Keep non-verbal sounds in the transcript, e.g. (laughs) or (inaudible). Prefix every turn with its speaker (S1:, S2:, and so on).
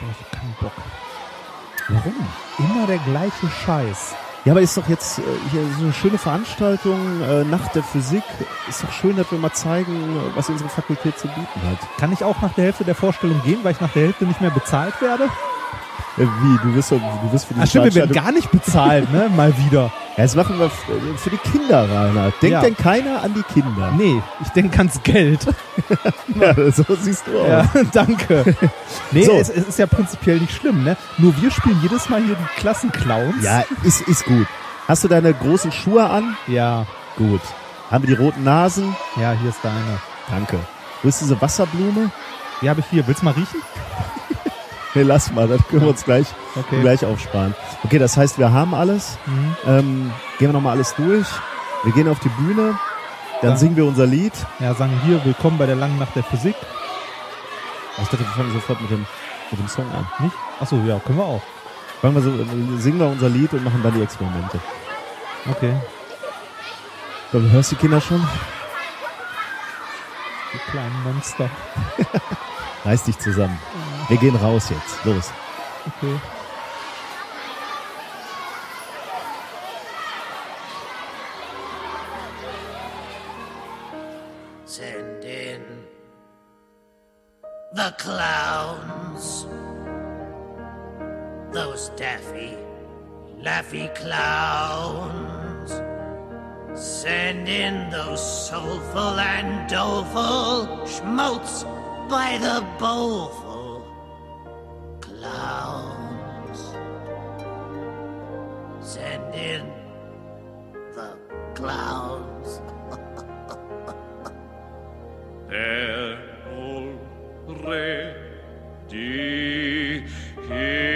S1: boah, ich hab keinen Bock. Warum? Immer der gleiche Scheiß.
S2: Ja, aber ist doch jetzt äh, hier so eine schöne Veranstaltung, äh, Nacht der Physik. Ist doch schön, dass wir mal zeigen, äh, was unsere Fakultät zu bieten hat.
S1: Kann ich auch nach der Hälfte der Vorstellung gehen, weil ich nach der Hälfte nicht mehr bezahlt werde?
S2: Äh, wie, du wirst, doch- du wirst für die
S1: Ach stimmt, wir werden
S2: Veranstaltung...
S1: gar nicht bezahlt, ne? (laughs) Mal wieder.
S2: Ja, das machen wir f- äh, für die Kinder, Rainer. Denkt
S1: Ja.
S2: denn keiner an die Kinder?
S1: Nee, ich denke ans Geld.
S2: (laughs) Ja, so siehst du aus.
S1: Ja, (laughs)
S2: (laughs)
S1: danke. Nee,
S2: Oh. So.
S1: es, es ist ja prinzipiell nicht schlimm, ne? Nur wir spielen jedes Mal hier die Klassenclowns.
S2: Ja, ist, ist gut. Hast du deine großen Schuhe an?
S1: Ja,
S2: Gut. Haben wir die roten Nasen?
S1: ja, hier ist deine.
S2: Danke. Wo ist diese Wasserblume?
S1: Die habe ich hier. Willst du mal riechen?
S2: Nee, lass mal, das können wir uns gleich,
S1: Okay.
S2: gleich aufsparen. Okay, das heißt, wir haben alles.
S1: Mhm.
S2: Ähm, gehen wir nochmal alles durch. Wir gehen auf die Bühne. Dann
S1: Ja.
S2: singen wir unser Lied.
S1: Ja, sagen hier, willkommen bei der langen Nacht der Physik.
S2: Ich dachte, wir fangen sofort mit dem, mit dem Song an.
S1: Nicht? Achso, ja, können wir auch.
S2: Fangen wir so, äh, singen wir unser Lied und machen dann die Experimente.
S1: Okay.
S2: Ich glaube, du hörst die Kinder schon?
S1: Die kleinen Monster.
S2: Reiß dich zusammen. Wir gehen raus jetzt. Los.
S1: Okay.
S3: Send in the clowns. Those daffy, laffy clowns. Send in those soulful and doleful schmaltz by the bowlful clowns. Send in the clowns.
S4: er already here.